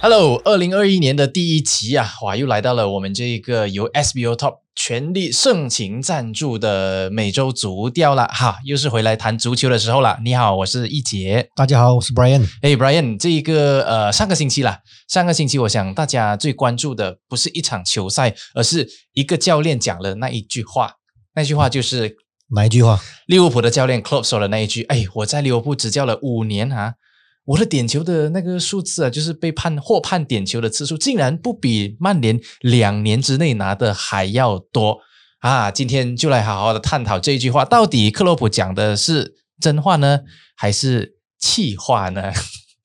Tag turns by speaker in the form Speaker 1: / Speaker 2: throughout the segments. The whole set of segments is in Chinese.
Speaker 1: Hello，二零二一年的第一集啊，哇，又来到了我们这个由 SBO Top 全力盛情赞助的每周足调啦，哈，又是回来谈足球的时候啦。你好，我是一杰。
Speaker 2: 大家好，我是 Brian。
Speaker 1: 哎，Brian，这一个呃，上个星期啦，上个星期我想大家最关注的不是一场球赛，而是一个教练讲了那一句话，那句话就是
Speaker 2: 哪一句话？
Speaker 1: 利物浦的教练 Klopp 说的那一句：“哎，我在利物浦执教了五年啊，我的点球的那个数字啊，就是被判获判点球的次数，竟然不比曼联两年之内拿的还要多啊！”今天就来好好的探讨这一句话，到底克洛普讲的是真话呢，还是气话呢？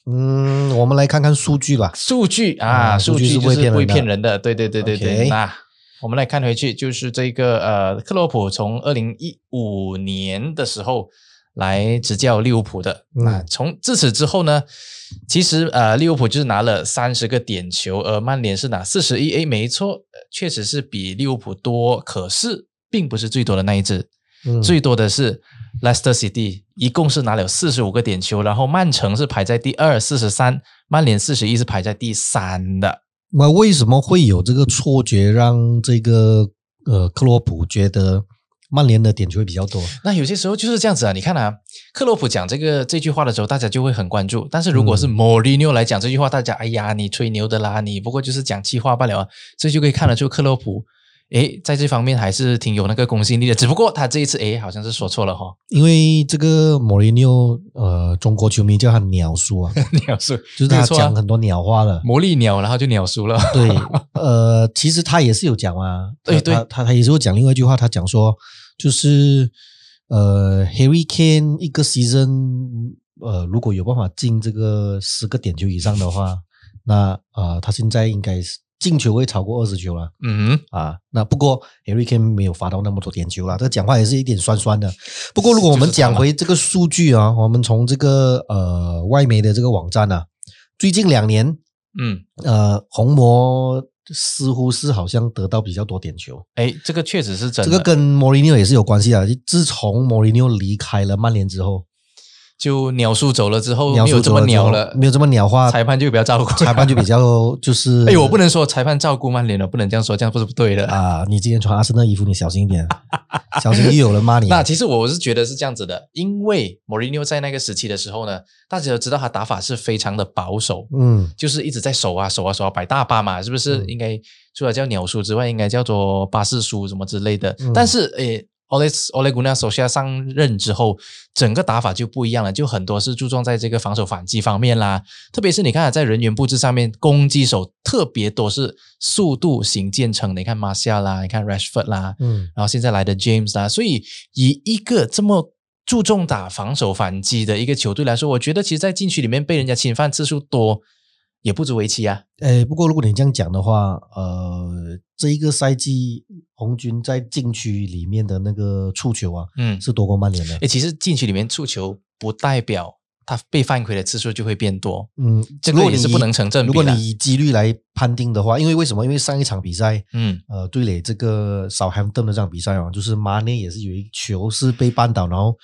Speaker 2: 嗯，我们来看看数据吧。
Speaker 1: 数据啊，
Speaker 2: 啊
Speaker 1: 数
Speaker 2: 数据
Speaker 1: 据
Speaker 2: 是
Speaker 1: 就
Speaker 2: 不会
Speaker 1: 是
Speaker 2: 骗人
Speaker 1: 不会
Speaker 2: 的
Speaker 1: 骗人的，对对对对对。
Speaker 2: OK
Speaker 1: 那我们来看回去，就是这个呃，克洛普从二零一五年的时候来执教利物浦的，
Speaker 2: 嗯
Speaker 1: 那从自此之后呢，其实呃，利物浦就是拿了三十个点球，而曼联是拿四十一，哎，没错，呃确实是比利物浦多，可是并不是最多的那一支，
Speaker 2: 嗯，
Speaker 1: 最多的是 Leicester City，一共是拿了四十五个点球，然后曼城是排在第二，四十三，曼联四十一是排在第三的。
Speaker 2: 那为什么会有这个错觉，让这个呃克洛普觉得曼联的点球会比较多？
Speaker 1: 那有些时候就是这样子啊，你看啊，克洛普讲这个这句话的时候，大家就会很关注，但是如果是
Speaker 2: 嗯
Speaker 1: 莫里诺来讲这句话，大家哎呀，你吹牛的啦，你不过就是讲气话罢了啊，这就可以看得出克洛普。诶，在这方面还是挺有那个公信力的，只不过他这一次诶，好像是说错了哈、 哦。
Speaker 2: 因为这个莫里纽，呃，中国球迷叫他鸟叔 啊，
Speaker 1: 鸟叔
Speaker 2: 就是他
Speaker 1: 没有
Speaker 2: 讲
Speaker 1: 错啊
Speaker 2: 很多鸟话的。
Speaker 1: 魔力鸟，然后就鸟叔了。
Speaker 2: 对，呃，其实他也是有讲嘛，他
Speaker 1: 对对
Speaker 2: 他他他也是有讲另外一句话，他讲说就是呃，Harry Kane 一个 season 呃，如果有办法进这个十个点球以上的话，那啊、呃他现在应该是进球会超过二十球了
Speaker 1: 嗯
Speaker 2: 啊。那不过 Harry Kane 没有罚到那么多点球了，这讲话也是一点酸酸的。不过如果我们
Speaker 1: 就是他嘛
Speaker 2: 讲回这个数据啊，我们从这个呃外媒的这个网站啊，最近两年。
Speaker 1: 嗯，
Speaker 2: 呃，红魔似乎是好像得到比较多点球，
Speaker 1: 诶，这个确实是真
Speaker 2: 这
Speaker 1: 的。
Speaker 2: 个跟莫里纽也是有关系的。自从莫里纽离开了曼联之后，
Speaker 1: 就鸟叔走了之后，
Speaker 2: 鸟
Speaker 1: 没有
Speaker 2: 叔
Speaker 1: 这
Speaker 2: 走
Speaker 1: 么
Speaker 2: 了之
Speaker 1: 鸟
Speaker 2: 后
Speaker 1: 了，
Speaker 2: 没有这么鸟化，
Speaker 1: 裁判就比较照顾，
Speaker 2: 裁判就比。较就是，
Speaker 1: 哦 哎，我不能说裁判照顾曼联了，不能这样说，这样不是不对的。
Speaker 2: 啊！你今天穿阿森纳衣服，你小心一点，小心又有人骂你。
Speaker 1: 那其实我是觉得是这样子的，因为莫里纽在那个时期的时候呢，大家都知道他打法是非常的保守，
Speaker 2: 嗯，
Speaker 1: 就是一直在守啊守啊守啊摆大巴嘛，是不是？
Speaker 2: 嗯
Speaker 1: 应该除了叫鸟叔之外，应该叫做巴士叔什么之类的。
Speaker 2: 嗯
Speaker 1: 但是诶。Ole Ole Gunnar s o s 上任之后，整个打法就不一样了，就很多是注重在这个防守反击方面啦。特别是你看啊，在人员布置上面，攻击手特别多是速度型建成的。你看马夏啦，你看 Rashford 啦，
Speaker 2: 嗯
Speaker 1: 然后现在来的 James 啦，所以以一个这么注重打防守反击的一个球队来说，我觉得其实，在禁区里面被人家侵犯次数多，也不足为奇啊。
Speaker 2: 哎，不过如果你这样讲的话，呃，这一个赛季红军在禁区里面的那个触球啊，
Speaker 1: 嗯，
Speaker 2: 是多过曼联的。
Speaker 1: 诶，其实禁区里面触球不代表他被犯规的次数就会变多。
Speaker 2: 嗯，
Speaker 1: 这
Speaker 2: 如
Speaker 1: 个
Speaker 2: 果
Speaker 1: 也是
Speaker 2: 你
Speaker 1: 不
Speaker 2: 以
Speaker 1: 能成正比
Speaker 2: 如果
Speaker 1: 啦
Speaker 2: 你以几率来判定的话，因为为什么？因为上一场比赛，
Speaker 1: 嗯，
Speaker 2: 呃，对垒这个 Southampton 的这场比赛啊，就是马内也是有一球是被绊倒，然后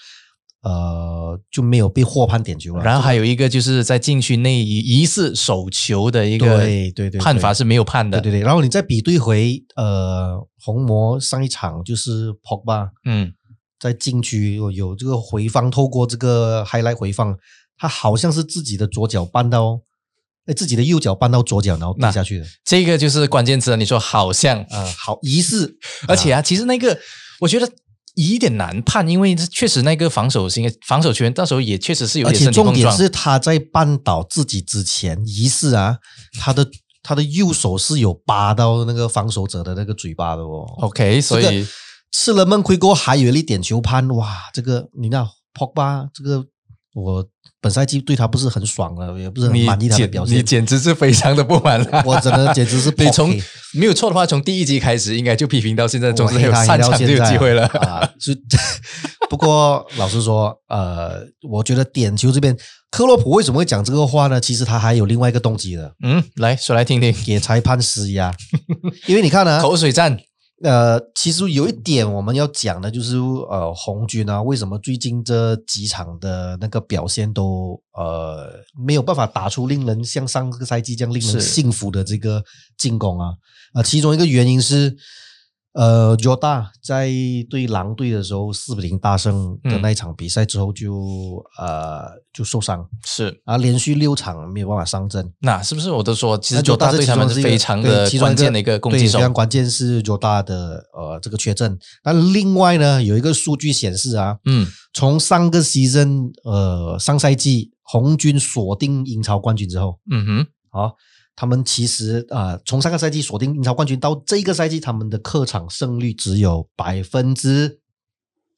Speaker 2: 呃就没有被获判点球了。
Speaker 1: 然后还有一个就是在禁区内疑疑似手球的一个
Speaker 2: 对对对
Speaker 1: 判罚是没有判的。
Speaker 2: 对对对，然后你再比对回呃红魔上一场就是 Pogba
Speaker 1: 嗯，
Speaker 2: 在禁区有有这个回放，透过这个 highlight 回放，他好像是自己的左脚绊到，哎自己的右脚绊到左脚，然后
Speaker 1: 那
Speaker 2: 踢下去的。
Speaker 1: 这个就是关键词了。你说好像
Speaker 2: 啊、好疑似，
Speaker 1: 而且啊，其实那个我觉得有点难判，因为这确实那个防守型防守球员到时候也确实是有
Speaker 2: 而
Speaker 1: 点
Speaker 2: 且
Speaker 1: 身体
Speaker 2: 重
Speaker 1: 碰
Speaker 2: 点
Speaker 1: 撞。
Speaker 2: 是他在绊倒自己之前，疑似啊，他的他的右手是有扒到那个防守者的那个嘴巴的哦。
Speaker 1: OK，所
Speaker 2: 这
Speaker 1: 以
Speaker 2: 个吃了闷亏过后，还有一粒点球判，哇，这个你那 Pogba 这个我本赛季对他不是很爽了，也不是很
Speaker 1: 你
Speaker 2: 满意他的
Speaker 1: 简
Speaker 2: 表
Speaker 1: 你
Speaker 2: 现。
Speaker 1: 简直是非常的不满啦！
Speaker 2: 我真的简 直是
Speaker 1: 你从
Speaker 2: PK
Speaker 1: 没有错的话，从第一集开始应该就批评到现在，总
Speaker 2: 我
Speaker 1: 之
Speaker 2: 黑
Speaker 1: 还有
Speaker 2: 他
Speaker 1: 三
Speaker 2: 黑到
Speaker 1: 场就
Speaker 2: 现
Speaker 1: 有
Speaker 2: 在
Speaker 1: 机会了。
Speaker 2: 啊！就 不过老实说，呃，我觉得点球这边，克洛普为什么会讲这个话呢？其实他还有另外一个动机的，
Speaker 1: 嗯，来说来听听，
Speaker 2: 给裁判施压，因为你看啊，
Speaker 1: 口水战。
Speaker 2: 呃，其实有一点我们要讲的就是，呃，红军啊，为什么最近这几场的那个表现都呃没有办法打出令人像上个赛季这样令
Speaker 1: 是
Speaker 2: 人信服的这个进攻啊？啊、其中一个原因是，呃，Jota 在对狼队的时候四比零大胜的
Speaker 1: 嗯
Speaker 2: 那一场比赛之后就、呃就受伤，
Speaker 1: 是，
Speaker 2: 啊，连续六场没有办法上阵，
Speaker 1: 那是不是我都说，其
Speaker 2: 那
Speaker 1: 实九大
Speaker 2: 是
Speaker 1: 对
Speaker 2: 其
Speaker 1: 他们
Speaker 2: 中
Speaker 1: 是
Speaker 2: 一个
Speaker 1: 非常
Speaker 2: 对
Speaker 1: 的
Speaker 2: 其中
Speaker 1: 关键的一个攻击
Speaker 2: 对
Speaker 1: 手
Speaker 2: 非，常关键是 j o d a 的呃这个缺阵。那另外呢，有一个数据显示啊，
Speaker 1: 嗯，
Speaker 2: 从上个 season 呃上赛季红军锁定英超冠军之后，
Speaker 1: 嗯哼，
Speaker 2: 啊，他们其实啊、呃从上个赛季锁定英超冠军到这个赛季，他们的客场胜率只有百分之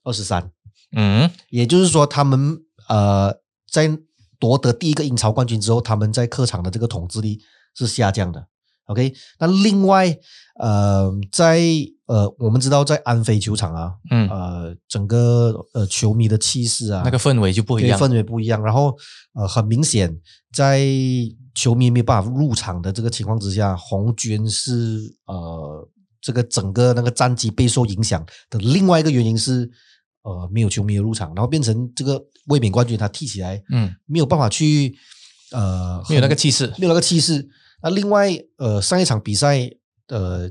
Speaker 2: 二十三，
Speaker 1: 嗯，
Speaker 2: 也就是说，他们呃在夺得第一个英超冠军之后，他们在客场的这个统治力是下降的。OK，那另外呃，在呃我们知道在安菲球场啊，
Speaker 1: 嗯，
Speaker 2: 呃整个呃球迷的气势啊，
Speaker 1: 那个氛围就不一
Speaker 2: 对
Speaker 1: 样，
Speaker 2: 氛围不一样。然后呃，很明显，在球迷没有办法入场的这个情况之下，红军是呃这个整个那个战绩备受影响的另外一个原因是呃没有球迷的入场，然后变成这个卫冕冠军他踢起来
Speaker 1: 嗯，
Speaker 2: 没有办法去呃
Speaker 1: 没有那
Speaker 2: 很
Speaker 1: 个气势，
Speaker 2: 没有那个气势。那另外，呃，上一场比赛，呃，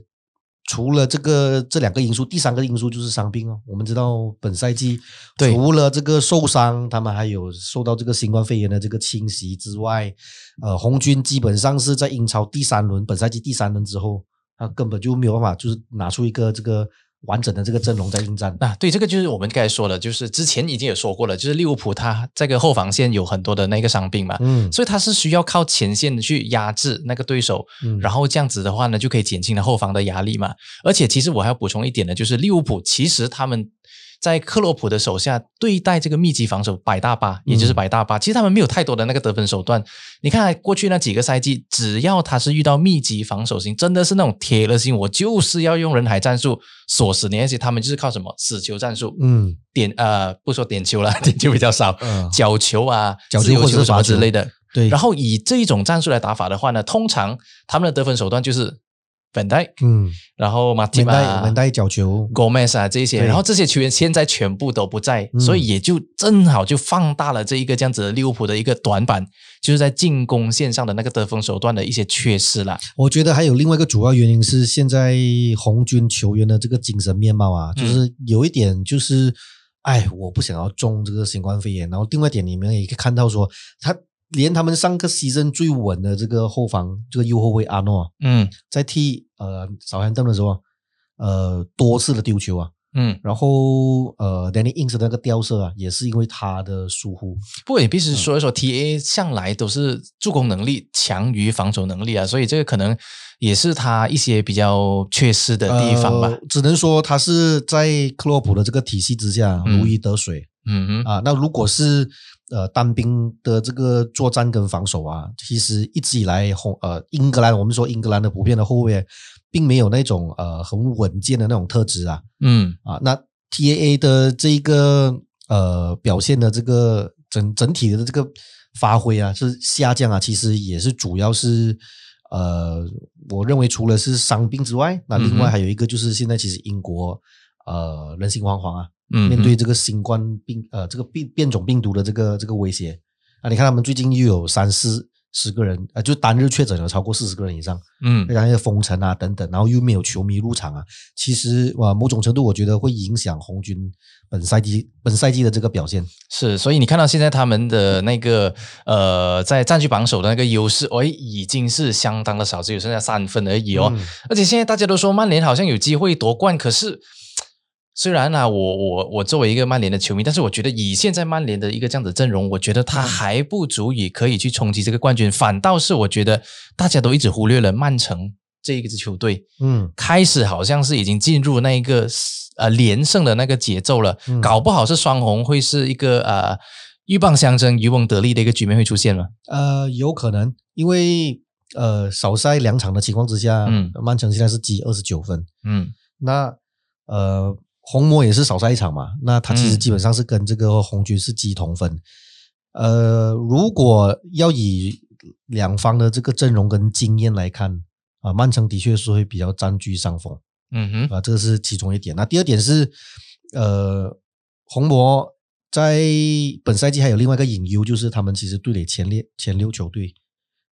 Speaker 2: 除了这个这两个因素，第三个因素就是伤病哦。我们知道本赛季
Speaker 1: 对
Speaker 2: 除了这个受伤，他们还有受到这个新冠肺炎的这个侵袭之外，呃，红军基本上是在英超第三轮，本赛季第三轮之后，他根本就没有办法，就是拿出一个这个完整的这个阵容在应战。
Speaker 1: 啊，对，这个就是我们刚才说的，就是之前已经有说过了，就是利物浦他这个后防线有很多的那个伤病嘛，
Speaker 2: 嗯，
Speaker 1: 所以他是需要靠前线去压制那个对手，
Speaker 2: 嗯
Speaker 1: 然后这样子的话呢，就可以减轻了后防的压力嘛。而且其实我还要补充一点呢，就是利物浦其实他们在克洛普的手下对待这个密集防守百大巴，也
Speaker 2: 嗯
Speaker 1: 就是百大巴，其实他们没有太多的那个得分手段。你看啊过去那几个赛季，只要他是遇到密集防守型，真的是那种铁了心，我就是要用人海战术锁死你，而且他们就是靠什么死球战术，
Speaker 2: 嗯
Speaker 1: 点呃不说点球了， 点球比较少，
Speaker 2: 嗯
Speaker 1: 角球啊、
Speaker 2: 角球
Speaker 1: 自由
Speaker 2: 或者是
Speaker 1: 什么
Speaker 2: 罚
Speaker 1: 之
Speaker 2: 球
Speaker 1: 类的。
Speaker 2: 对，
Speaker 1: 然后以这一种战术来打法的话呢，通常他们的得分手段就是本代，
Speaker 2: 嗯，
Speaker 1: 然后马蒂
Speaker 2: 门
Speaker 1: 马
Speaker 2: 带门带角球，
Speaker 1: Gomez 啊这些，
Speaker 2: 对
Speaker 1: 然后这些球员现在全部都不在，
Speaker 2: 嗯
Speaker 1: 所以也就正好就放大了这一个这样子的利物浦的一个短板，就是在进攻线上的那个得分手段的一些缺失啦。
Speaker 2: 我觉得还有另外一个主要原因是，现在红军球员的这个精神面貌啊，
Speaker 1: 嗯
Speaker 2: 就是有一点就是，哎，我不想要中这个新冠肺炎。然后另外一点，你们也可以看到说，他连他们上个 season 最稳的这个后防这个右后卫阿诺，啊
Speaker 1: 嗯
Speaker 2: 在踢呃扫汉登的时候啊，呃多次的丢球啊，
Speaker 1: 嗯，
Speaker 2: 然后呃 Danny Ings 的那个吊射啊，也是因为他的疏忽。
Speaker 1: 不过也必须说一说，TA 向来都是助攻能力强于防守能力啊，所以这个可能也是他一些比较缺失的地方吧
Speaker 2: 呃。只能说他是在克洛普的这个体系之下
Speaker 1: 嗯
Speaker 2: 如鱼得水。
Speaker 1: 嗯哼，
Speaker 2: 啊，那如果是呃单兵的这个作战跟防守啊，其实一直以来红呃英格兰，我们说英格兰的普遍的后卫，并没有那种呃很稳健的那种特质啊
Speaker 1: 嗯
Speaker 2: 啊，那 T A A 的这一个呃表现的这个整整体的这个发挥啊是下降啊，其实也是主要是。呃，我认为除了是伤病之外，那另
Speaker 1: 嗯哼
Speaker 2: 外还有一个就是现在其实英国呃人心惶惶啊，
Speaker 1: 嗯，
Speaker 2: 面对这个新冠病呃这个变变种病毒的这个这个威胁啊，你看他们最近又有三四十个人啊、呃就单日确诊有超过四十个人以上，
Speaker 1: 嗯
Speaker 2: 然后封城啊等等，然后又没有球迷入场啊，其实啊、呃某种程度我觉得会影响红军本赛季本赛季的这个表现。
Speaker 1: 是，所以你看到现在他们的那个呃，在占据榜首的那个优势，哎，已经是相当的少，只有剩下三分而已哦。
Speaker 2: 嗯
Speaker 1: 而且现在大家都说曼联好像有机会夺冠，可是虽然啊，我我我作为一个曼联的球迷，但是我觉得以现在曼联的一个这样的阵容，我觉得他还不足以可以去冲击这个冠军，反倒是我觉得大家都一直忽略了曼城这一支球队，
Speaker 2: 嗯，
Speaker 1: 开始好像是已经进入那一个呃连胜的那个节奏了，
Speaker 2: 嗯
Speaker 1: 搞不好是双红会是一个呃鹬蚌相争、渔翁得利的一个局面会出现了。
Speaker 2: 呃，有可能因为呃少赛两场的情况之下，
Speaker 1: 嗯
Speaker 2: 曼城现在是积二十九分，
Speaker 1: 嗯
Speaker 2: 那呃，红魔也是少赛一场嘛，那他其实
Speaker 1: 嗯
Speaker 2: 基本上是跟这个红军是鸡同分。呃，如果要以两方的这个阵容跟经验来看啊，曼城的确是会比较占据上风
Speaker 1: 嗯哼，
Speaker 2: 啊，这个是其中一点。那第二点是，呃，红魔在本赛季还有另外一个隐忧，就是他们其实队里前列前六球队，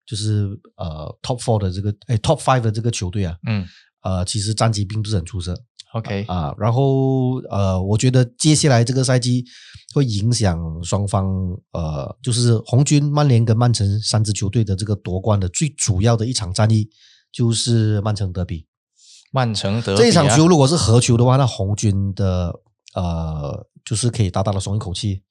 Speaker 2: 就是呃 top four 的这个哎 top five 的这个球队啊，
Speaker 1: 嗯
Speaker 2: 呃，其实战绩并不是很出色
Speaker 1: ，OK，
Speaker 2: 啊。然后呃，我觉得接下来这个赛季会影响双方呃，就是红军、曼联跟曼城三支球队的这个夺冠的最主要的一场战役，就是曼城德比。
Speaker 1: 曼城德比啊
Speaker 2: 这一场球如果是和球的话，那红军的呃，就是可以大大的松一口气。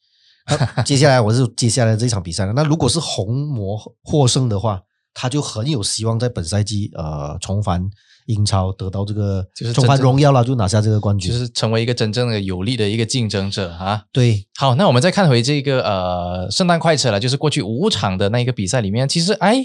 Speaker 2: 那接下来我是接下来这一场比赛了。那如果是红魔获胜的话，他就很有希望在本赛季呃重返英超，得到这个
Speaker 1: 就是
Speaker 2: 重返
Speaker 1: 真正
Speaker 2: 荣耀了，就拿下这个冠军。
Speaker 1: 就是成为一个真正的有力的一个竞争者啊。
Speaker 2: 对，
Speaker 1: 好，那我们再看回这个呃圣诞快车了，就是过去五场的那个比赛里面，其实哎，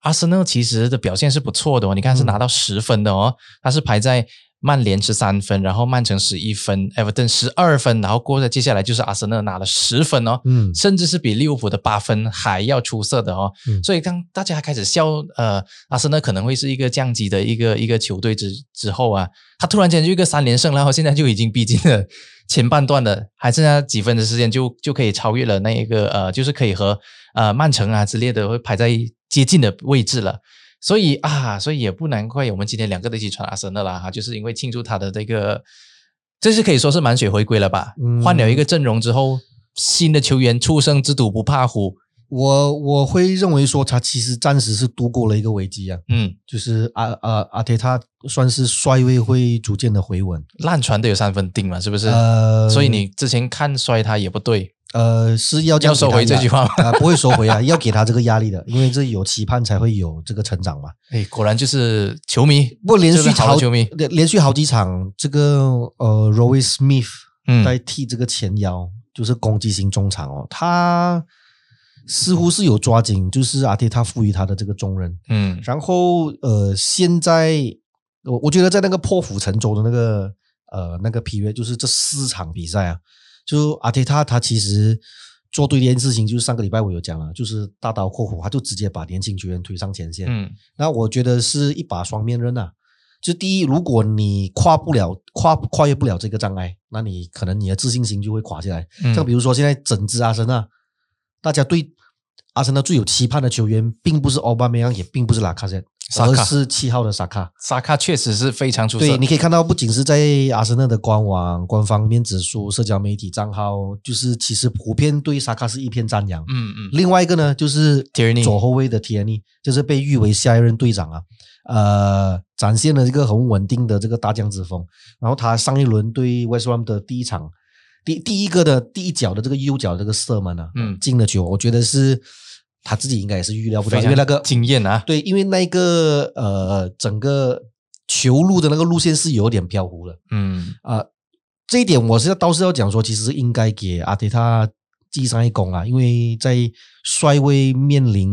Speaker 1: 阿森纳其实的表现是不错的哦，你看是拿到十分的哦，他是排在曼联十三分，然后曼城十一分，Everton 十二分，然后过着接下来就是阿森纳拿了十分哦。
Speaker 2: 嗯，
Speaker 1: 甚至是比利物浦的八分还要出色的哦。
Speaker 2: 嗯
Speaker 1: 所以当大家开始笑呃阿森纳可能会是一个降级的一个一个球队之之后啊，他突然间就一个三连胜，然后现在就已经逼近了前半段了，还剩下几分的时间就就可以超越了那一个呃，就是可以和呃曼城啊之类的会排在接近的位置了。所以啊，所以也不难怪我们今天两个都一起穿阿森纳啦哈，就是因为庆祝他的这个，这是可以说是满血回归了吧？
Speaker 2: 嗯
Speaker 1: 换了一个阵容之后，新的球员初生之犊不怕虎，
Speaker 2: 我我会认为说他其实暂时是度过了一个危机啊，
Speaker 1: 嗯，
Speaker 2: 就是阿阿阿铁他算是衰微会逐渐的回稳。
Speaker 1: 烂船都有三分钉嘛，是不是？
Speaker 2: 呃，
Speaker 1: 所以你之前看衰他也不对，
Speaker 2: 呃，是要这
Speaker 1: 要
Speaker 2: 样给
Speaker 1: 收
Speaker 2: 他
Speaker 1: 回这
Speaker 2: 压
Speaker 1: 句话吗？
Speaker 2: 啊、不会收回啊，要给他这个压力的，因为这有期盼才会有这个成长嘛。
Speaker 1: 哎，果然就是球迷，
Speaker 2: 不过连
Speaker 1: 就是
Speaker 2: 续
Speaker 1: 好
Speaker 2: 好
Speaker 1: 的球迷，
Speaker 2: 连连续好几场，这个呃 r o y Smith 代
Speaker 1: 嗯
Speaker 2: 替这个前腰，就是攻击型中场哦，他似乎是有抓紧，就是阿铁他赋予他的这个重任。
Speaker 1: 嗯
Speaker 2: 然后呃，现在我我觉得在那个破釜沉舟的那个呃那个 period，就是这四场比赛啊，就阿铁他他其实做对的一件事情，就是上个礼拜我有讲了，就是大刀阔斧，他就直接把年轻球员推上前线。
Speaker 1: 嗯
Speaker 2: 那我觉得是一把双面刃啊。就第一，如果你跨不了、跨跨越不了这个障碍，那你可能你的自信心就会垮下来。像
Speaker 1: 嗯，
Speaker 2: 比如说现在整支阿森纳，大家对阿森纳最有期盼的球员，并不是奥巴梅扬，也并不是拉卡泽，
Speaker 1: 萨
Speaker 2: 而
Speaker 1: 卡
Speaker 2: 是七号的萨卡。
Speaker 1: 萨卡确实是非常出色
Speaker 2: 对，，你可以看到，不仅是在阿森纳的官网、官方面指数、社交媒体账号，就是其实普遍对萨卡是一片赞扬。
Speaker 1: 嗯嗯，
Speaker 2: 另外一个呢，就是
Speaker 1: Tierney
Speaker 2: 左后卫的 Tierney，就是被誉为下一任队长啊，呃，展现了这个很稳定的这个大将之风。然后他上一轮对 West Ham 的第一场，第第一个的第一脚的这个右脚的这个射门啊，
Speaker 1: 嗯
Speaker 2: 进了球，我觉得是他自己应该也是预料不
Speaker 1: 非
Speaker 2: 到，因
Speaker 1: 常
Speaker 2: 为那个
Speaker 1: 惊艳啊，
Speaker 2: 对，因为那个呃整个球路的那个路线是有点飘忽了。
Speaker 1: 嗯
Speaker 2: 啊、这一点我是要倒是要讲说，其实是应该给阿迪他记上一功啊，因为在帅位面临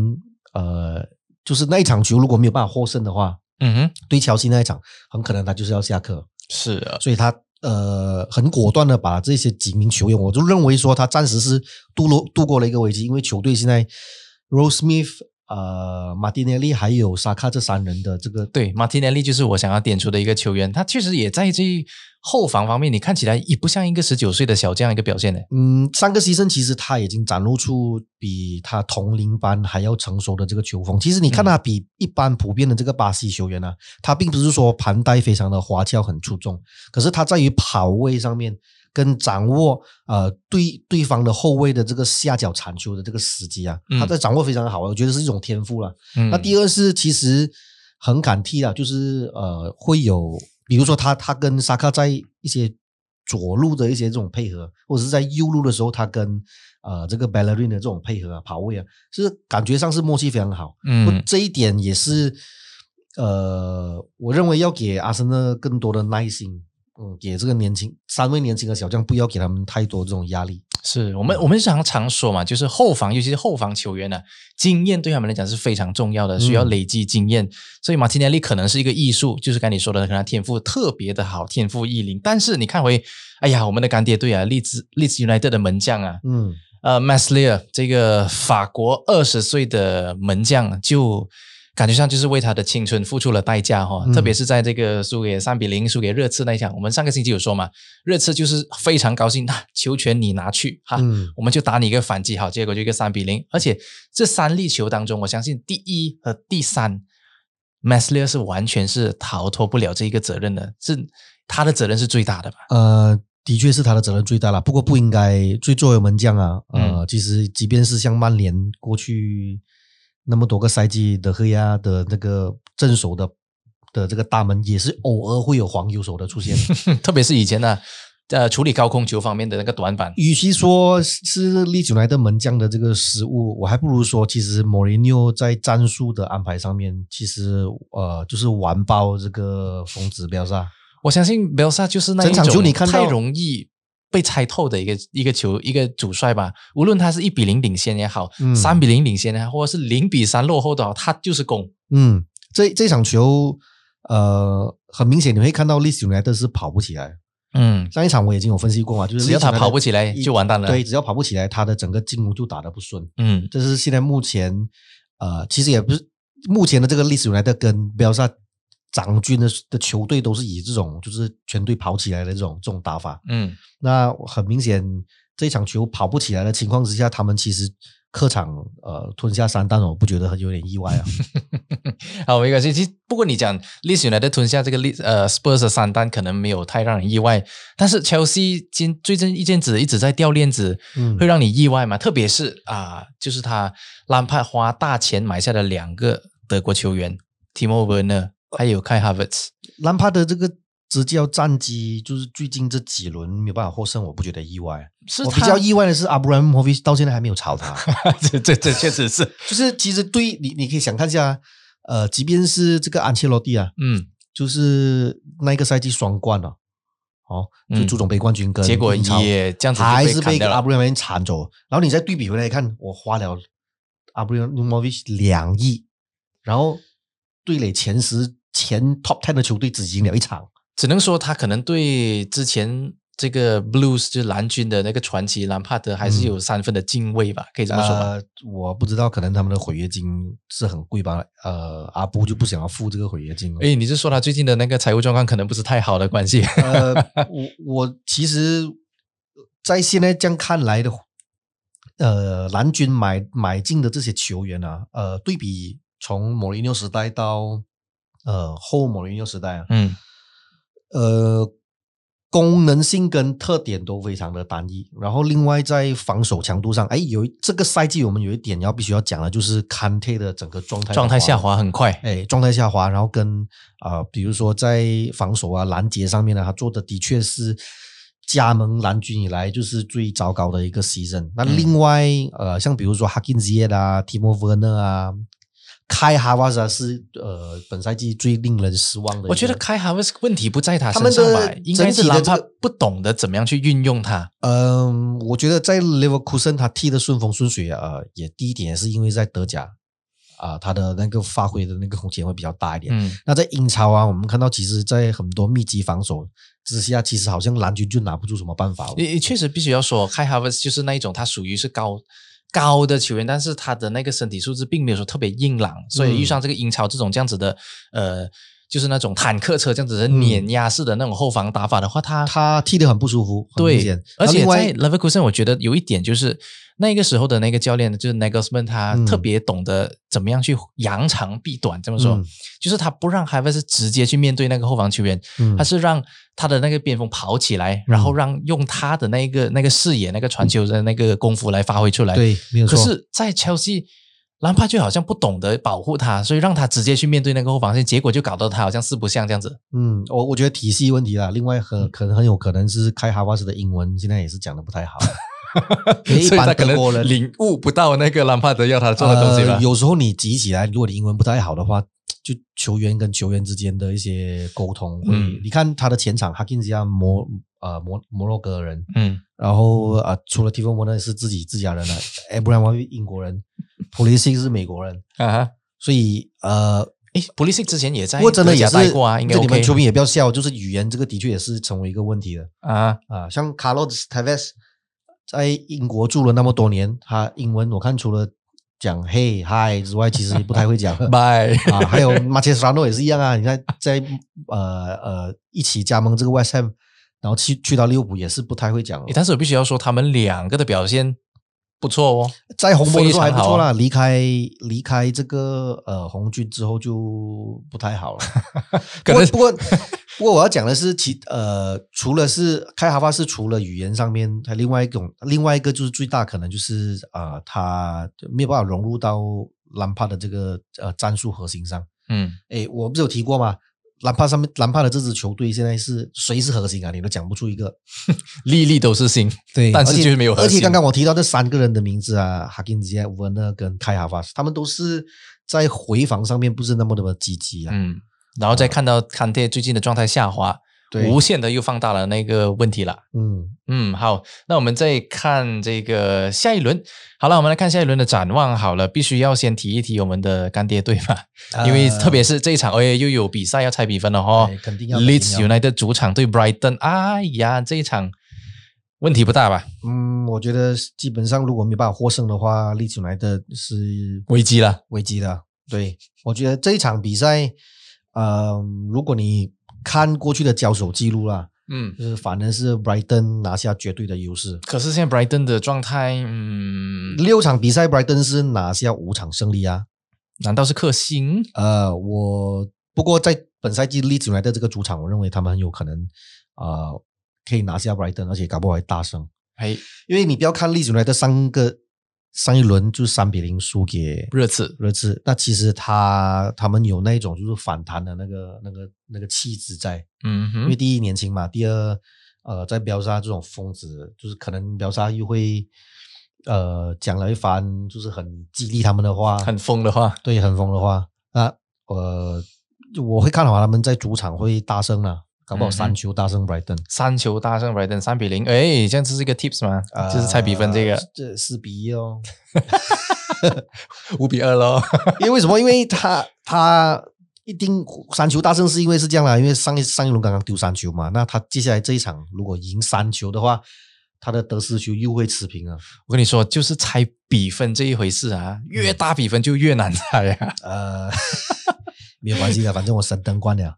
Speaker 2: 呃，就是那一场球如果没有办法获胜的话，
Speaker 1: 嗯哼，
Speaker 2: 对乔西那一场，很可能他就是要下课，
Speaker 1: 是啊，
Speaker 2: 所以他。呃，很果断的把这些几名球员，我就认为说他暂时是度过度过了一个危机，因为球队现在 Rose Smith、呃、马丁内利还有沙卡这三人的这个
Speaker 1: 对，马丁内利就是我想要点出的一个球员，他确实也在这后防方面，你看起来也不像一个十九岁的小将一个表现呢。
Speaker 2: 嗯，三个牺牲其实他已经展露出比他同龄班还要成熟的这个球风。其实你看他比一般普遍的这个巴西球员呢、他并不是说盘带非常的花俏很出众，可是他在于跑位上面跟掌握呃对对方的后卫的这个下脚铲球的这个时机啊，
Speaker 1: 嗯
Speaker 2: 他在掌握非常好啊，我觉得是一种天赋了。
Speaker 1: 嗯，
Speaker 2: 那第二是其实很感替啊，就是呃会有，比如说他他跟沙卡在一些左路的一些这种配合，或者是在右路的时候，他跟呃这个 Ballerin 的这种配合啊、跑位啊，是感觉上是默契非常好。不
Speaker 1: 嗯
Speaker 2: 这一点也是呃，我认为要给阿森纳更多的耐心。嗯，给这个年轻三位年轻的小将，不要给他们太多这种压力。
Speaker 1: 是
Speaker 2: 嗯
Speaker 1: 我们我们常常说嘛，就是后防，尤其是后防球员呢、经验对他们来讲是非常重要的，需要
Speaker 2: 嗯
Speaker 1: 累积经验。所以马丁内利可能是一个艺术，就是刚才你说的，可能他天赋特别的好，天赋异禀。但是你看回，哎呀，我们的干爹队啊，利兹利兹 United 的门将啊，
Speaker 2: 嗯，
Speaker 1: 呃 m a s l e r 这个法国二十岁的门将就感觉上就是为他的青春付出了代价哈、
Speaker 2: 嗯
Speaker 1: 特别是在这个输给三比零、输给热刺那一场，我们上个星期有说嘛，热刺就是非常高兴，那、球权你拿去哈。
Speaker 2: 嗯
Speaker 1: 我们就打你一个反击，好，结果就一个三比零。而且这三粒球当中，我相信第一和第三 m a s l e r 是完全是逃脱不了这一个责任的，是他的责任是最大的吧？
Speaker 2: 呃，的确是他的责任最大了。不过不应该，最作为门将啊，呃，其实即便是像曼联过去那么多个赛季的黑亚的那个正手的的这个大门，也是偶尔会有黄油手的出现。
Speaker 1: 特别是以前呢，呃，处理高空球方面的那个短板，
Speaker 2: 与其说是利久莱的门将的这个失误，我还不如说，其实莫里纽在战术的安排上面，其实呃就是完爆这个冯子标杀。
Speaker 1: 我相信贝尔萨就是那一
Speaker 2: 整场球
Speaker 1: 种
Speaker 2: 你看到
Speaker 1: 太容易被猜透的一个一个球一个主帅吧，无论他是一比零领先也好，
Speaker 2: 嗯
Speaker 1: 三、比零领先也好，或者是零比三落后的好，他就是攻。
Speaker 2: 嗯，这这场球，呃，很明显你会看到利久莱特是跑不起来。
Speaker 1: 嗯，
Speaker 2: 上一场我已经有分析过嘛，就是
Speaker 1: 只要他
Speaker 2: Leeds United
Speaker 1: 跑不起来就完蛋了
Speaker 2: 对，只要跑不起来，他的整个进攻就打得不顺。
Speaker 1: 嗯
Speaker 2: 这是现在目前，呃，其实也不是目前的这个历史来的跟标萨掌军的的球队都是以这种就是全队跑起来的这种这种打法。
Speaker 1: 嗯
Speaker 2: 那很明显，这场球跑不起来的情况之下，他们其实客场呃吞下三蛋，我不觉得很有点意 外啊。
Speaker 1: 好，没关系。其实不过你讲利史来的吞下这个利呃 Spurs 的三单，可能没有太让人意外。但是 Chelsea 今最近一阵子一直在掉链子，
Speaker 2: 嗯
Speaker 1: 会让你意外吗？特别是啊、就是他兰帕花大钱买下的两个德国球员 Timo Werner 还有 Kai Havertz。
Speaker 2: 兰帕德这个执教战绩，就是最近这几轮没有办法获胜，我不觉得意外。
Speaker 1: 是
Speaker 2: 我
Speaker 1: 他
Speaker 2: 比较意外的是，阿布拉莫维奇到现在还没有炒他。
Speaker 1: 这这这确实是，
Speaker 2: 就是其实对你，你可以想看一下，呃，即便是这个安切洛蒂啊，
Speaker 1: 嗯，
Speaker 2: 就是那一个赛季双冠了、哦，就
Speaker 1: 嗯
Speaker 2: 足总杯冠军跟
Speaker 1: 结果
Speaker 2: 英超
Speaker 1: 也这样子就
Speaker 2: 还
Speaker 1: 被
Speaker 2: 是
Speaker 1: 砍
Speaker 2: 被
Speaker 1: 掉了
Speaker 2: 阿布拉莫维奇铲走。然后你再对比回来看，我花了阿布拉莫维奇两亿，然后对垒前十前 top ten 的球队只赢了一场。
Speaker 1: 只能说他可能对之前这个 Blues 就是蓝军的那个传奇兰帕德还
Speaker 2: 嗯
Speaker 1: 是有三分的敬畏吧，可以这么说吧。
Speaker 2: 呃，我不知道，可能他们的毁约金是很贵吧？呃，阿布就不想要付这个毁约金了。
Speaker 1: 哎，你是说他最近的那个财务状况可能不是太好的关系？
Speaker 2: 呃，我我 其实，在现在这样看来的，呃，蓝军买买进的这些球员啊，呃，对比从莫里诺时代到呃后莫里诺时代啊，
Speaker 1: 嗯
Speaker 2: 呃，功能性跟特点都非常的单一。然后另外在防守强度上，哎，有一这个赛季我们有一点要必须要讲的，就是坎特的整个状 态
Speaker 1: 状态下
Speaker 2: 滑。
Speaker 1: 滑很快。
Speaker 2: 哎，状态下滑，然后跟啊、呃比如说在防守啊、拦截上面呢，他做的的确是加盟蓝军以来就是最糟糕的一个 season。那
Speaker 1: 嗯
Speaker 2: 另外、呃，像比如说 Hakim Ziyech 啊、Timo Werner 啊、开哈瓦萨是呃本赛季最令人失望的一个。
Speaker 1: 我觉得开 Harvest 问题不在他
Speaker 2: 他
Speaker 1: 身
Speaker 2: 们
Speaker 1: 上
Speaker 2: 的
Speaker 1: 吧，应该是
Speaker 2: 整体的
Speaker 1: 兰
Speaker 2: 这
Speaker 1: 帕
Speaker 2: 个
Speaker 1: 不懂得怎么样去运用它。
Speaker 2: 嗯、我觉得在 Leverkusen 他踢的顺风顺水，呃，也第一点也是因为在德甲啊、他的那个发挥的那个空间会比较大一点。
Speaker 1: 嗯，
Speaker 2: 那在英超啊，我们看到其实，在很多密集防守之下，其实好像蓝军就拿不出什么办法了。
Speaker 1: 也也确实必须要说，开 Harvest 就是那一种，他属于是高高的球员，但是他的那个身体素质并没有说特别硬朗，所
Speaker 2: 嗯
Speaker 1: 以遇上这个英超这种这样子的，呃，就是那种坦克车这样子的
Speaker 2: 嗯
Speaker 1: 碾压式的那种后防打法的话，他
Speaker 2: 他踢得很不舒服，很明
Speaker 1: 对
Speaker 2: 显，
Speaker 1: 而
Speaker 2: 那
Speaker 1: 且
Speaker 2: 另
Speaker 1: 在
Speaker 2: 外
Speaker 1: Leverkusen 我觉得有一点就是。那个时候的那个教练就是 Nagelsmann，他
Speaker 2: 嗯
Speaker 1: 特别懂得怎么样去扬长避短，这么说，
Speaker 2: 嗯
Speaker 1: 就是他不让 Harvest 直接去面对那个后防球员，
Speaker 2: 嗯
Speaker 1: 他是让他的那个边锋跑起来，然后让用他的那个那个视野、那个传球的那个功夫来发挥出来。，
Speaker 2: 对，没有
Speaker 1: 可
Speaker 2: 错。
Speaker 1: 是，在切西，兰帕就好像不懂得保护他，所以让他直接去面对那个后防线，结果就搞到他好像四不像这样 子。
Speaker 2: 嗯，我我觉得体系问题啦，另外
Speaker 1: 嗯
Speaker 2: 很可能很有可能是开哈瓦斯的英文现在也是讲的不太好，因为一
Speaker 1: 所以他
Speaker 2: 般
Speaker 1: 可
Speaker 2: 德国
Speaker 1: 能
Speaker 2: 人
Speaker 1: 领悟不到那个兰帕德要他 做的东西吧。
Speaker 2: 呃有时候你急起来，如果你英文不太好的话，就球员跟球员之间的一些沟通会，
Speaker 1: 嗯
Speaker 2: 你看他的前场哈金斯亚摩呃摩摩洛哥人，
Speaker 1: 嗯，
Speaker 2: 然后啊、呃除了 t i f o 呢是自己自家人了哎 a b r a m 英国人 p o l i s i 是美国人，
Speaker 1: 啊哈，
Speaker 2: 所以呃，
Speaker 1: 诶，普利西之前也在
Speaker 2: 不过真的也
Speaker 1: 德
Speaker 2: 是
Speaker 1: 甲待过啊，应该
Speaker 2: 这你
Speaker 1: OK
Speaker 2: 们球迷也不要笑，就是语言这个的确也是成为一个问题的
Speaker 1: 啊，
Speaker 2: 啊、像 Carlos Tevez 在英国住了那么多年，他英文我看除了讲嘿嗨之外，其实不太 会讲
Speaker 1: 拜
Speaker 2: 啊，还有马切斯拉诺也是一样啊，你看在呃呃一起加盟这个 West Ham，然后去去到利物浦也是不太会讲，
Speaker 1: 诶但是我必须要说，他们两个的表现不错哦。
Speaker 2: 在红魔的时候还不错
Speaker 1: 非常好啊
Speaker 2: 啦，离开离开这个呃红军之后就不 太好了。
Speaker 1: 可
Speaker 2: 不
Speaker 1: 能
Speaker 2: 过不 过不过我要讲的是其呃，除了是开哈发是除了语言上面，它另外一种另外一个就是最大可能就是啊、呃，他没有办法融入到兰帕的这个呃战术核心上。
Speaker 1: 嗯，
Speaker 2: 诶，我不是有提过吗？兰帕上面兰帕的这支球队现在是谁是核心啊？你都讲不出一个。
Speaker 1: 粒粒都是星，
Speaker 2: 对
Speaker 1: 但是
Speaker 2: 而且
Speaker 1: 就是没有核
Speaker 2: 而且
Speaker 1: 心
Speaker 2: 刚刚我提到这三个人的名字啊，哈金吉、乌文勒跟开哈发斯，他们都是在回防上面不是那么的积极啊。
Speaker 1: 嗯，然后再看到坎特最近的状态下滑，
Speaker 2: 对
Speaker 1: 无限的又放大了那个问题了。
Speaker 2: 嗯，
Speaker 1: 嗯，好，那我们再看这个下一轮。好了，我们来看下一轮的展望。好了，必须要先提一提我们的干爹队 嘛，因为
Speaker 2: 呃
Speaker 1: 特别是这一场，哎，又有比赛要猜比分了哈、哦
Speaker 2: 对。哎肯定要
Speaker 1: Leeds
Speaker 2: 肯定要
Speaker 1: United 主场对 Brighton，哎呀，这一场问题不大吧？
Speaker 2: 嗯，我觉得基本上如果没办法获胜的话，利兹来的是
Speaker 1: 危机了，
Speaker 2: 危机的。对，我觉得这一场比赛，呃，如果你看过去的交手记录啦，
Speaker 1: 嗯。
Speaker 2: 就是反正是 Brighton 拿下绝对的优势。
Speaker 1: 可是现在 Brighton 的状态，嗯，
Speaker 2: 六场比赛，Brighton 是拿下五场胜利啊。
Speaker 1: 难道是克星？
Speaker 2: 呃，我不过在本赛季利兹来的这个主场，我认为他们很有可能啊、呃可以拿下 Brighton，而且搞不好还大胜。
Speaker 1: 哎，
Speaker 2: 因为你不要看利兹来的上个上一轮就三比零输给
Speaker 1: 热刺，
Speaker 2: 热刺，那其实他他们有那一种就是反弹的那个那个那个气质在，
Speaker 1: 嗯
Speaker 2: 因为
Speaker 1: 哼，
Speaker 2: 第一年轻嘛，第二呃在标沙这种疯子，就是可能标沙又会呃讲了一番就是很激励他们的话，
Speaker 1: 很疯的话，
Speaker 2: 对很疯的话，那呃我会看好他们在主场会大胜了，搞不好
Speaker 1: 嗯
Speaker 2: 三
Speaker 1: 哼
Speaker 2: 球大胜 Brighton。
Speaker 1: 三球大胜 Brighton 三比零，哎，这样这是一个 tips 吗？就是猜比分这个
Speaker 2: 呃这四比一哦，
Speaker 1: 五比二咯。
Speaker 2: 因为为什么？因为他他一定呃三球大胜，是因为是这样啊啦。因为上一上一轮刚刚丢三球嘛，那他接下来这一场如果赢三球的话，他的得失球又会持平啊。
Speaker 1: 我跟你说，就是猜比分这一回事啊，越大比分就越难猜啊。
Speaker 2: 呃， 没有关系的，啊反正我神灯关了。啊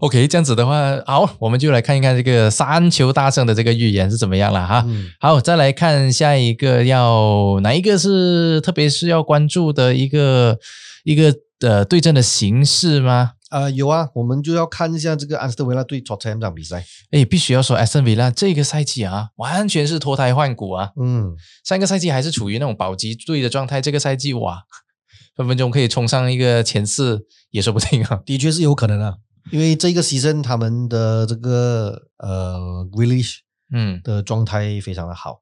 Speaker 1: OK，这样子的话，好，我们就来看一看这个三球大胜的这个预言是怎么样了哈。
Speaker 2: 嗯，
Speaker 1: 好，再来看下一个要哪一个是特别是要关注的一个一个呃对阵的形式吗？
Speaker 2: 呃，有啊，我们就要看一下这个安斯特维拉对 Tottenham 这场比赛。
Speaker 1: 哎，必须要说 s t o n Villa 这个赛季啊，完全是脱胎换骨啊。
Speaker 2: 嗯，
Speaker 1: 上个赛季还是处于那种保级队的状态，这个赛季哇， 分分钟可以冲上一个前四也说不定啊。
Speaker 2: 的确是有可能啊，因为这个 season 他们的这个呃 g r e e l i s h
Speaker 1: 嗯，
Speaker 2: 的状态非常的好。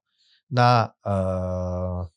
Speaker 2: 那呃，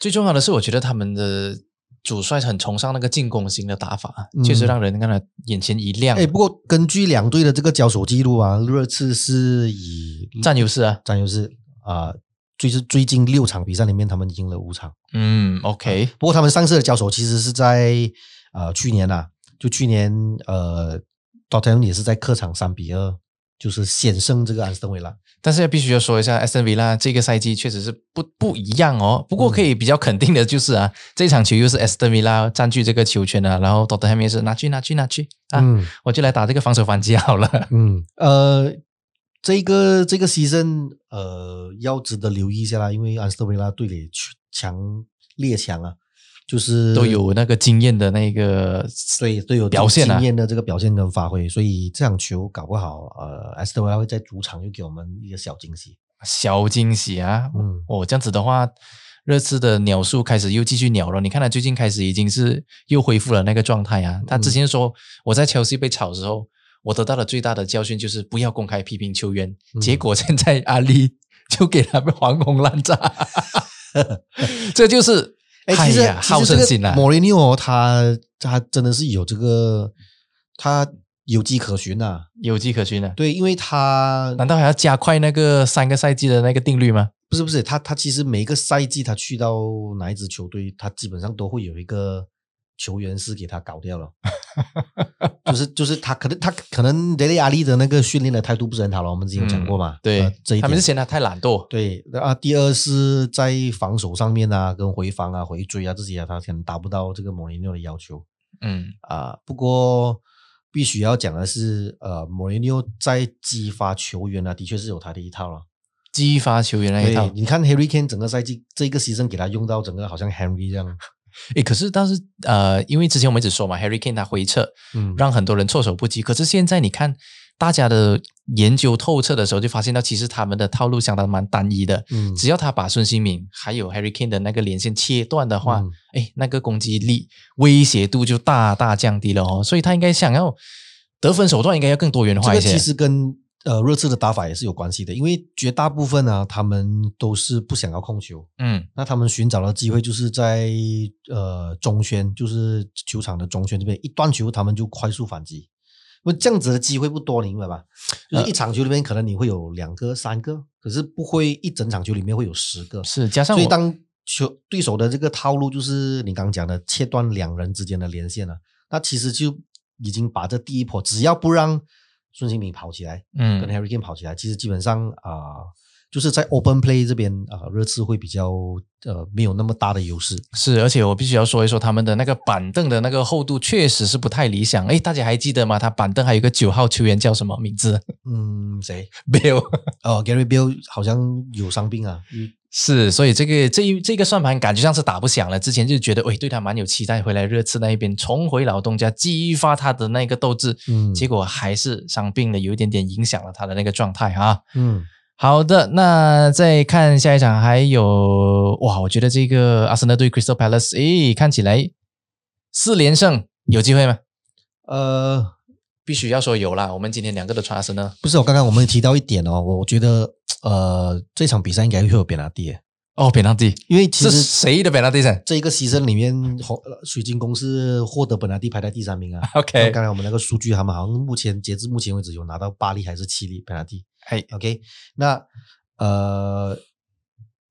Speaker 1: 最重要的是，我觉得他们的主帅很崇尚那个进攻型的打法，
Speaker 2: 嗯
Speaker 1: 确实让人看了眼前一亮。
Speaker 2: 哎，不过根据两队的这个交手记录啊，热刺是以
Speaker 1: 占优势啊。
Speaker 2: 占优势啊，最是最近六场比赛里面，他们赢了五场。
Speaker 1: 嗯，OK，
Speaker 2: 不过他们上次的交手其实是在呃去年啊，就去年呃，多特也是在客场三比二，就是险胜这个安斯顿维拉。
Speaker 1: 但是必须要说一下 s t o n Villa 这个赛季确实是不不一样哦。不过可
Speaker 2: 嗯
Speaker 1: 以比较肯定的就是啊，这场球又是 s t o n Villa 占据这个球权啊，然后 Tottenham 也是拿去拿去拿去啊，
Speaker 2: 嗯
Speaker 1: 我就来打这个防守反击好了。
Speaker 2: 嗯，呃，这个这个 season 呃要值得留意一下啦，因为安斯顿维拉队里强列强啊，就是
Speaker 1: 都有那个经验的那个，
Speaker 2: 对都有
Speaker 1: 表现啊
Speaker 2: 经验的这个表现跟发挥，所以这场球搞不好，呃，埃斯特维拉会在主场又给我们一个小惊喜。
Speaker 1: 小惊喜啊！
Speaker 2: 嗯，
Speaker 1: 哦，这样子的话，热刺的鸟数开始又继续鸟了。你看他最近开始已经是又恢复了那个状态
Speaker 2: 嗯
Speaker 1: 啊。他之前说我在切尔西被炒的时候，我得到的最大的教训就是不要公开批评球员。
Speaker 2: 嗯
Speaker 1: 结果现在阿里就给他们黄红烂炸，这就是
Speaker 2: 哎，其实、
Speaker 1: 哎呀
Speaker 2: 其实
Speaker 1: 好胜
Speaker 2: 这个
Speaker 1: 心啊！
Speaker 2: 莫雷尼奥他他真的是有这个，他有迹可循呐、啊。
Speaker 1: 有迹可循啊。
Speaker 2: 对，因为他
Speaker 1: 难道还要加快那个三个赛季的那个定律吗？
Speaker 2: 不是不是他他其实每个赛季他去到哪一支球队，他基本上都会有一个球员是给他搞掉了，就是就是他可能他可能雷雷阿利的那个训练的态度不是很好了，我们之前有讲过嘛，
Speaker 1: 嗯对，
Speaker 2: 呃这一点
Speaker 1: 他们是嫌他太懒惰，
Speaker 2: 对啊，第二是在防守上面啊，跟回防啊、回追啊这些啊，他可能达不到这个莫雷诺的要求
Speaker 1: 嗯
Speaker 2: 啊。不过必须要讲的是，呃，莫雷诺在激发球员啊，的确是有他的一套了。
Speaker 1: 激发球员那一套
Speaker 2: 对，。你看 Harry Kane 整个赛季这个牺牲给他用到整个好像 Henry 这样，
Speaker 1: 诶，可是但是呃，因为之前我们一直说嘛，Harry Kane 他回撤
Speaker 2: 嗯，
Speaker 1: 让很多人措手不及，可是现在你看大家的研究透彻的时候，就发现到其实他们的套路相当蛮单一的。
Speaker 2: 嗯
Speaker 1: 只要他把孙兴敏还有 Harry Kane 的那个连线切断的话
Speaker 2: 嗯，
Speaker 1: 哎、那个攻击力威胁度就大大降低了哦。所以他应该想要得分手段应该要更多元
Speaker 2: 这
Speaker 1: 化
Speaker 2: 个
Speaker 1: 一些。
Speaker 2: 其实跟呃热刺的打法也是有关系的，因为绝大部分啊，他们都是不想要控球，
Speaker 1: 嗯
Speaker 2: 那他们寻找的机会就是在呃中圈，就是球场的中圈这边，一断球他们就快速反击。因为这样子的机会不多，你明白吧？
Speaker 1: 呃
Speaker 2: 就是一场球里面可能你会有两个、三个，可是不会一整场球里面会有十个。
Speaker 1: 是加上
Speaker 2: 所以
Speaker 1: 我
Speaker 2: 当球对手的这个套路就是你刚刚讲的切断两人之间的连线了，那其实就已经把这第一波，只要不让孙兴民跑起来，跟
Speaker 1: 嗯
Speaker 2: Harry Kane 跑起来，其实基本上啊、就是在 Open Play 这边啊、热刺会比较呃没有那么大的优势。
Speaker 1: 是，而且我必须要说一说他们的那个板凳的那个厚度确实是不太理想。哎，大家还记得吗？他板凳还有一个九号球员叫什么名字
Speaker 2: 嗯，谁？
Speaker 1: ？Bill。
Speaker 2: 哦，Gary Bill 好像有伤病啊，
Speaker 1: 嗯
Speaker 2: 因为
Speaker 1: 是，所以这个这一这个算盘感觉上是打不响了。之前就觉得，喂，对他蛮有期待，回来热刺那一边重回老东家，激发他的那个斗志。
Speaker 2: 嗯
Speaker 1: 结果还是伤病了，有一点点影响了他的那个状态啊。
Speaker 2: 嗯
Speaker 1: 好的，那再看下一场，还有哇，我觉得这个阿森纳对 Crystal Palace，诶，看起来四连胜有机会吗？
Speaker 2: 呃，
Speaker 1: 必须要说有啦，我们今天两个都穿阿森纳，
Speaker 2: 不是哦，刚刚我们提到一点哦，我觉得呃这场比赛应该会有扁拉蒂耶，
Speaker 1: 哦，本拉蒂
Speaker 2: 因为其
Speaker 1: 是
Speaker 2: 实
Speaker 1: 谁的本拉蒂神
Speaker 2: 这一个牺牲里面，红呃水晶宫是获得本拉蒂排在第三名啊。然后
Speaker 1: ？OK，
Speaker 2: 刚才我们那个数据，他们好像目前截至目前为止有拿到八粒还是七粒本拉蒂。
Speaker 1: 嘿，
Speaker 2: OK，那呃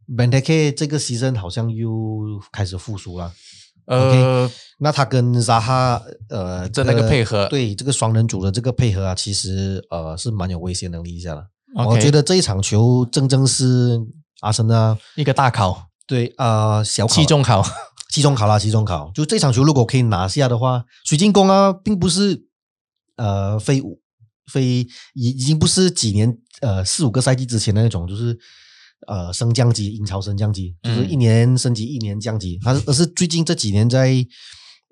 Speaker 2: b e n t e k 这个牺牲好像又开始复苏了。
Speaker 1: 呃，
Speaker 2: 那他跟扎哈呃
Speaker 1: 这那个配合
Speaker 2: 对这个双人组的这个配合啊，其实呃是蛮有威胁能力一下的。我
Speaker 1: OK
Speaker 2: 觉得这一场球正正是阿森纳
Speaker 1: 一个大考，
Speaker 2: 对啊、呃小考
Speaker 1: 期中考，
Speaker 2: 期中考啦，期中考。就这场球如果可以拿下的话，水晶宫啊，并不是呃非五非已已经不是几年呃四五个赛季之前的那种，就是呃升降级英超升降级，就是
Speaker 1: 嗯
Speaker 2: 一年升级一年降级，它是而是最近这几年在。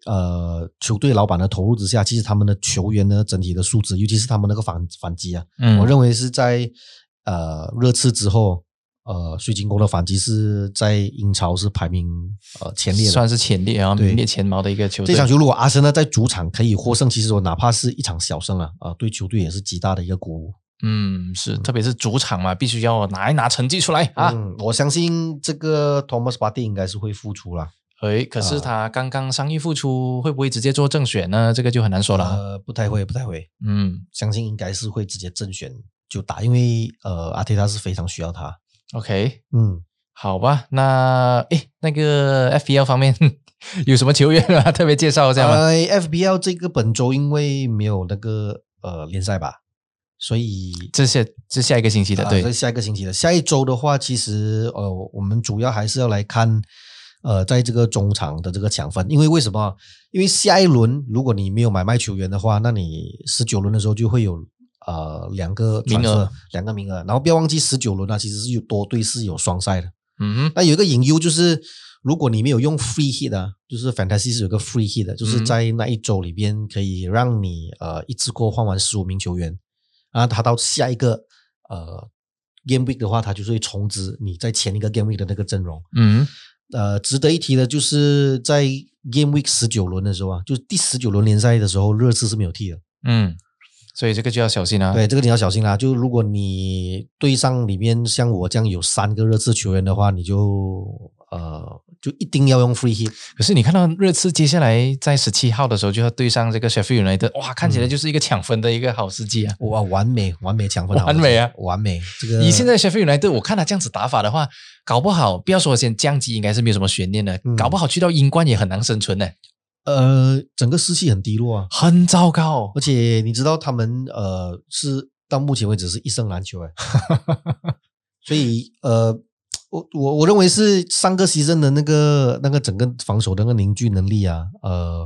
Speaker 2: 呃，球队老板的投入之下，其实他们的球员呢整体的素质，尤其是他们那个反反击啊，
Speaker 1: 嗯
Speaker 2: 我认为是在呃热刺之后，呃水晶宫的反击是呃在英超是排名呃前列的。
Speaker 1: 算是前列啊，
Speaker 2: 对
Speaker 1: 名列前茅的一个球队。
Speaker 2: 这场球如果阿森纳在主场可以获胜，其实我哪怕是一场小胜啊，啊、对球队也是极大的一个鼓舞
Speaker 1: 嗯，是，特别是主场嘛，必须要拿一拿成绩出来啊。
Speaker 2: 嗯，我相信这个 Thomas Partey 应该是会复出了，
Speaker 1: 诶，可是他刚刚伤愈复出，会不会直接做正选呢？这个就很难说了啊。
Speaker 2: 呃，不太会，不太会，
Speaker 1: 嗯
Speaker 2: 相信应该是会直接正选就打，因为呃阿泰他是非常需要他，
Speaker 1: ，OK，
Speaker 2: 嗯，
Speaker 1: 好吧，那诶，那个 FPL 方面 哼有什么球员啊 特别介绍这样吗？
Speaker 2: 呃，FBL 这个本周因为没有那个呃联赛吧，所以
Speaker 1: 这下这下一个星期的，
Speaker 2: 啊
Speaker 1: 对
Speaker 2: 在，下一个星期的下一周的话，其实呃，我们主要还是要来看呃，在这个中场的这个抢分，因为为什么？因为下一轮如果你没有买卖球员的话，那你十九轮的时候就会有呃两个
Speaker 1: 名额
Speaker 2: 转色，两个名额，然后不要忘记十九轮啊，其实是有多队是有双赛的。
Speaker 1: 嗯哼，
Speaker 2: 那有一个隐忧就是，如果你没有用 free hit 啊，就是 fantasy 是有个 free hit 的，就是
Speaker 1: 嗯
Speaker 2: 在那一周里边可以让你呃一次过换完十五名球员，然后他到下一个呃 game week 的话，他就是会重置你在前一个 game week 的那个阵容。
Speaker 1: 嗯
Speaker 2: 呃，值得一提的就是在 game week 十九轮的时候啊，就是第十九轮联赛的时候，热刺是没有踢的。
Speaker 1: 嗯，所以这个就要小心啊。
Speaker 2: 对，这个你要小心啦。就如果你对上里面像我这样有三个热刺球员的话，你就呃就一定要用 free hit。
Speaker 1: 可是你看到热刺接下来在十七号的时候就要对上这个 Sheffield United，哇，看起
Speaker 2: 嗯
Speaker 1: 来就是一个抢分的一个好时机啊。
Speaker 2: 哇，完美，完美抢分，
Speaker 1: 完美啊
Speaker 2: 完美！这个
Speaker 1: 以现在 Sheffield United，我看他这样子打法的话，搞不好不要说先降级，应该是没有什么悬念的，
Speaker 2: 嗯
Speaker 1: 搞不好去到英冠也很难生存呢。
Speaker 2: 呃，整个士气很低落啊。
Speaker 1: 很糟糕
Speaker 2: 而。且你知道他们呃是到目前为止是一胜难求 哎，所以呃我我我认为是上个牺牲的那个那个整个防守的那个凝聚能力啊，呃，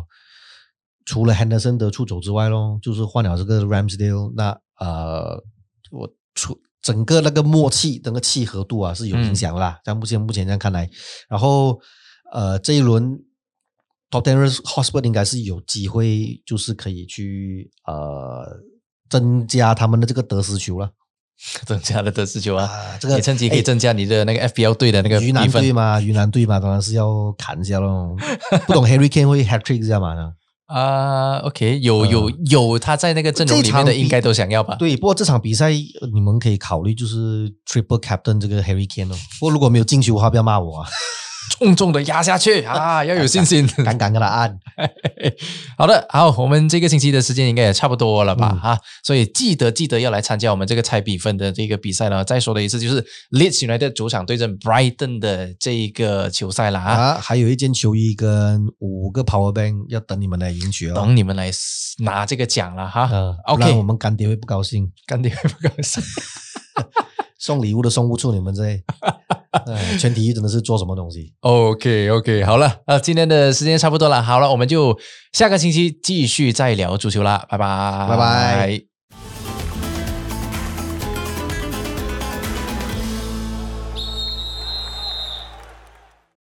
Speaker 2: 除了 Henderson 的出走之外咯，就是换了这个 Ramsdale，那呃我出。整个那个默契、那个契合度啊，是有
Speaker 1: 嗯
Speaker 2: 影响啦。在、目前目前这样看来，然后呃，这一轮 Top Ten Hotspur 应该是有机会，就是可以去呃增加他们的这个得失球了
Speaker 1: 增加了得失球啊，
Speaker 2: 啊。这
Speaker 1: 也
Speaker 2: 个
Speaker 1: 趁机可以
Speaker 2: 哎
Speaker 1: 增加你的那个 FBL 队的那个
Speaker 2: 云
Speaker 1: 比
Speaker 2: 南队
Speaker 1: 分
Speaker 2: 嘛，云南队嘛，当然是要砍一下喽。 不懂 Harry Kane 会 hat trick 一下嘛？
Speaker 1: 啊。OK，有有有，他在那个阵容
Speaker 2: 嗯这
Speaker 1: 里面
Speaker 2: 场
Speaker 1: 的
Speaker 2: 比
Speaker 1: 应该都想要吧？
Speaker 2: 对，不过这场比赛呃你们可以考虑就是 triple captain 这个 Harry Kane 哦。不过如果没有进球的话，不要骂我 啊，
Speaker 1: 重重的压下去啊，要有信心。
Speaker 2: 敢敢跟他按。
Speaker 1: 好的，好，我们这个星期的时间应该也差不多了吧？
Speaker 2: 嗯
Speaker 1: 哈、所以记得记得要来参加我们这个猜比分的这个比赛了。再说的一次，就是 Leeds United 主场对阵 Brighton 的这一个球赛了啊，
Speaker 2: 啊，还有一件球衣跟五个 power bank 要等你们来赢取哦。
Speaker 1: 等你们来拿这个奖了哈。
Speaker 2: 呃，不
Speaker 1: 啊 OK
Speaker 2: 然我们干爹会不高兴。
Speaker 1: 干爹会不高 兴。
Speaker 2: 送礼物的送不出你 们这，哎，全体育真的是做什么东西？
Speaker 1: OK OK，好了，那今天的时间差不多了，好了，我们就下个星期继续再聊足球啦，拜拜，
Speaker 2: 拜拜。